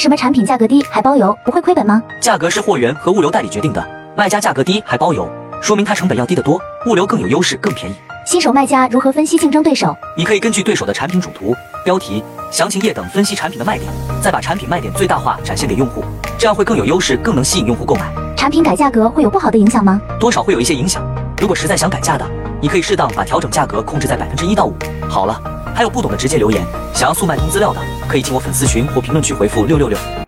什么产品价格低还包邮，不会亏本吗？价格是货源和物流代理决定的，卖家价格低还包邮，说明他成本要低得多，物流更有优势，更便宜。新手卖家如何分析竞争对手？你可以根据对手的产品主图、标题、详情页等分析产品的卖点，再把产品卖点最大化展现给用户，这样会更有优势，更能吸引用户购买。产品改价格会有不好的影响吗？多少会有一些影响。如果实在想改价的，你可以适当把调整价格控制在百分之一到五。好了，还有不懂的直接留言，想要速卖通资料的，可以进我粉丝群或评论区回复六六六。